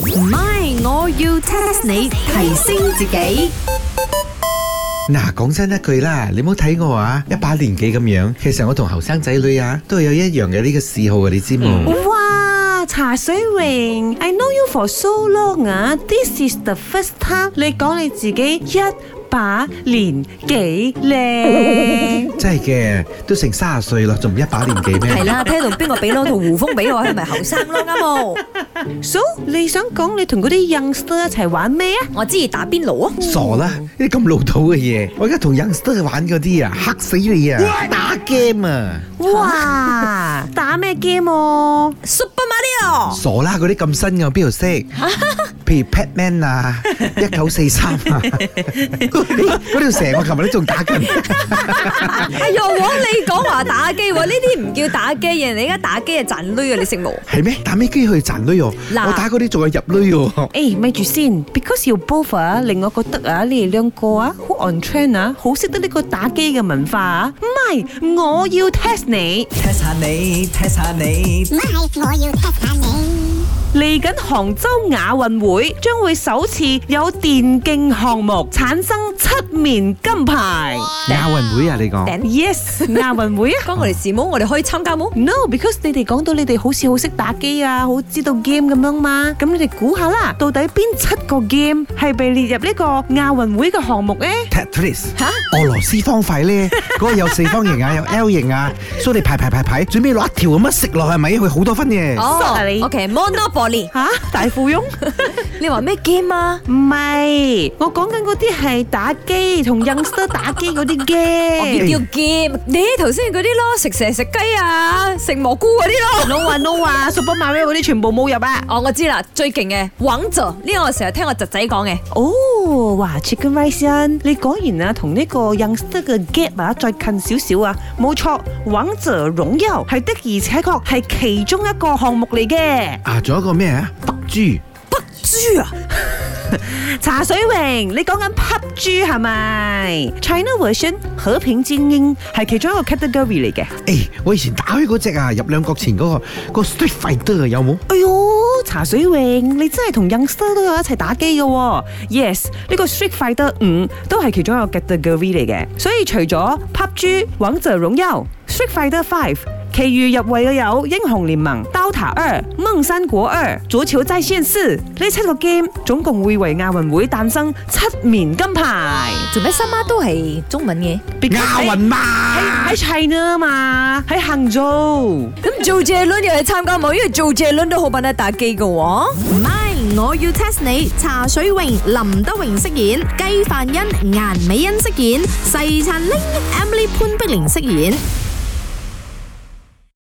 唔係，我要 test 你提升自己。嗱，講真一句啦，你唔好睇我啊，一把年紀咁樣，其實我同後生仔女啊，都係有一樣嘅呢個嗜好嘅，你知嗯冇？哇，茶水榮，I know you for so long 啊，This is the first time 你講你自己一把年紀 咧。真係嘅，都成三十歲啦，仲唔一把年紀咩？係 啦，聽到邊個俾咯，同胡風俾我，佢咪後生咯，啱冇？ So 你想講你同嗰啲 youngster 一齊玩咩啊？ 我知打邊爐啊，傻啦！呢啲咁老土嘅嘢，我而家同 youngster 玩嗰啲啊，嚇死你啊！打 game 啊，哇，打咩 game 啊？ ，Super Mario，傻啦！嗰啲咁新嘅我邊度識？譬如 Patman 啊，一九四三 啊，咦嗰條蛇我琴日都仲打緊。 哎呦，枉你講話打機喎，呢啲唔叫打機，人哋而家打機係賺鐳啊，你識冇？係咩？打咩機去賺鐳喎？嗱我打嗰啲仲係入鐳喎。誒，咪住先，because you both à, 啊，令我覺得啊，你哋兩個啊，好 on trend à? 啊，好識得呢個打機嘅文化啊。唔係，我要 test 你。 test 下你，test 下你。我要 test 下你。嚟緊杭州亞運會將會首次有電競項目產生七面金牌。亞運會啊，你講？ Yes，亞運會啊關我哋事冇，我哋可以參加冇？ ？No，because 你哋講到你哋好似好識打機啊，好知道 game 咁樣嘛。咁你哋估下啦，到底邊七個 game 係被列入呢個亞運會嘅項目呢？ Tetris，俄羅斯方塊咧，嗰個有四方形啊，有 L 型啊，所以你排排排排，最尾攞一條咁樣食落去，咪佢好多分嘅。哦傻你，OK，Monopoly，吓、大富 翁？你話咩 game 啊？唔係，我講緊嗰啲係打機同 youngster 打機嗰啲 game。叫 game，你頭先嗰啲咯，食蛇食雞啊，食蘑菇嗰啲咯。 no 啊 no 啊，Super Mario 嗰啲全部冇入啊！哦，我知啦，最勁嘅王者，呢個我成日聽我侄仔講嘅。哦，哇，Chicken Rice 啊！你果然啊，同呢個 youngster 嘅 gap 啊，再近少少啊，冇錯，王者榮耀係的而且確係其中一個項目嚟嘅。啊，仲有一個咩啊？白豬。豬啊！茶水榮，你講緊 PUBG 係咪？China version 和平精英係其中一個 category 嚟嘅。誒、我以前打開嗰只啊，入兩角前嗰、個嗰個 Street Fighter 啊有冇？哎呦，茶水榮，你真係同 youngster 都有一齊打機嘅喎、Yes，呢個 Street Fighter 五都係其中一個 category 嚟嘅。所以除咗 PUBG、王者榮耀、Street Fighter Five，其餘入圍嘅有英雄聯盟、DOTA 二、夢山國二、足球在線四呢七個 game，總共會為亞運會誕生七面金牌。做咩三媽都係中文嘅？亞運嘛，喺 China 嘛，喺杭州。咁做謝倫又係參加冇，因為做謝倫都好笨得打機嘅喎。唔係，我要 test 你。茶水榮、林德榮飾演，雞范欣、顏美欣飾演，細陳玲、Emily 潘碧玲飾演。